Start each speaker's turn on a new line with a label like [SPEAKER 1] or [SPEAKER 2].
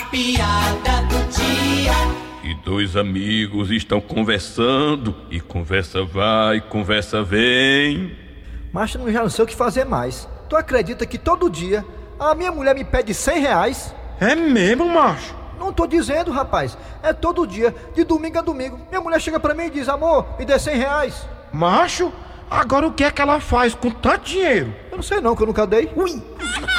[SPEAKER 1] piada do dia.
[SPEAKER 2] E dois amigos estão conversando, e conversa vai, conversa vem.
[SPEAKER 3] Mas eu já não sei o que fazer mais. Tu acredita que todo dia a minha mulher me pede 100 reais?
[SPEAKER 4] É mesmo, macho?
[SPEAKER 3] Não tô dizendo, rapaz. É todo dia, de domingo a domingo. Minha mulher chega pra mim e diz, amor, me dê 100 reais.
[SPEAKER 4] Macho? Agora o que é que ela faz com tanto dinheiro?
[SPEAKER 3] Eu não sei não, que eu nunca dei.
[SPEAKER 4] Ui!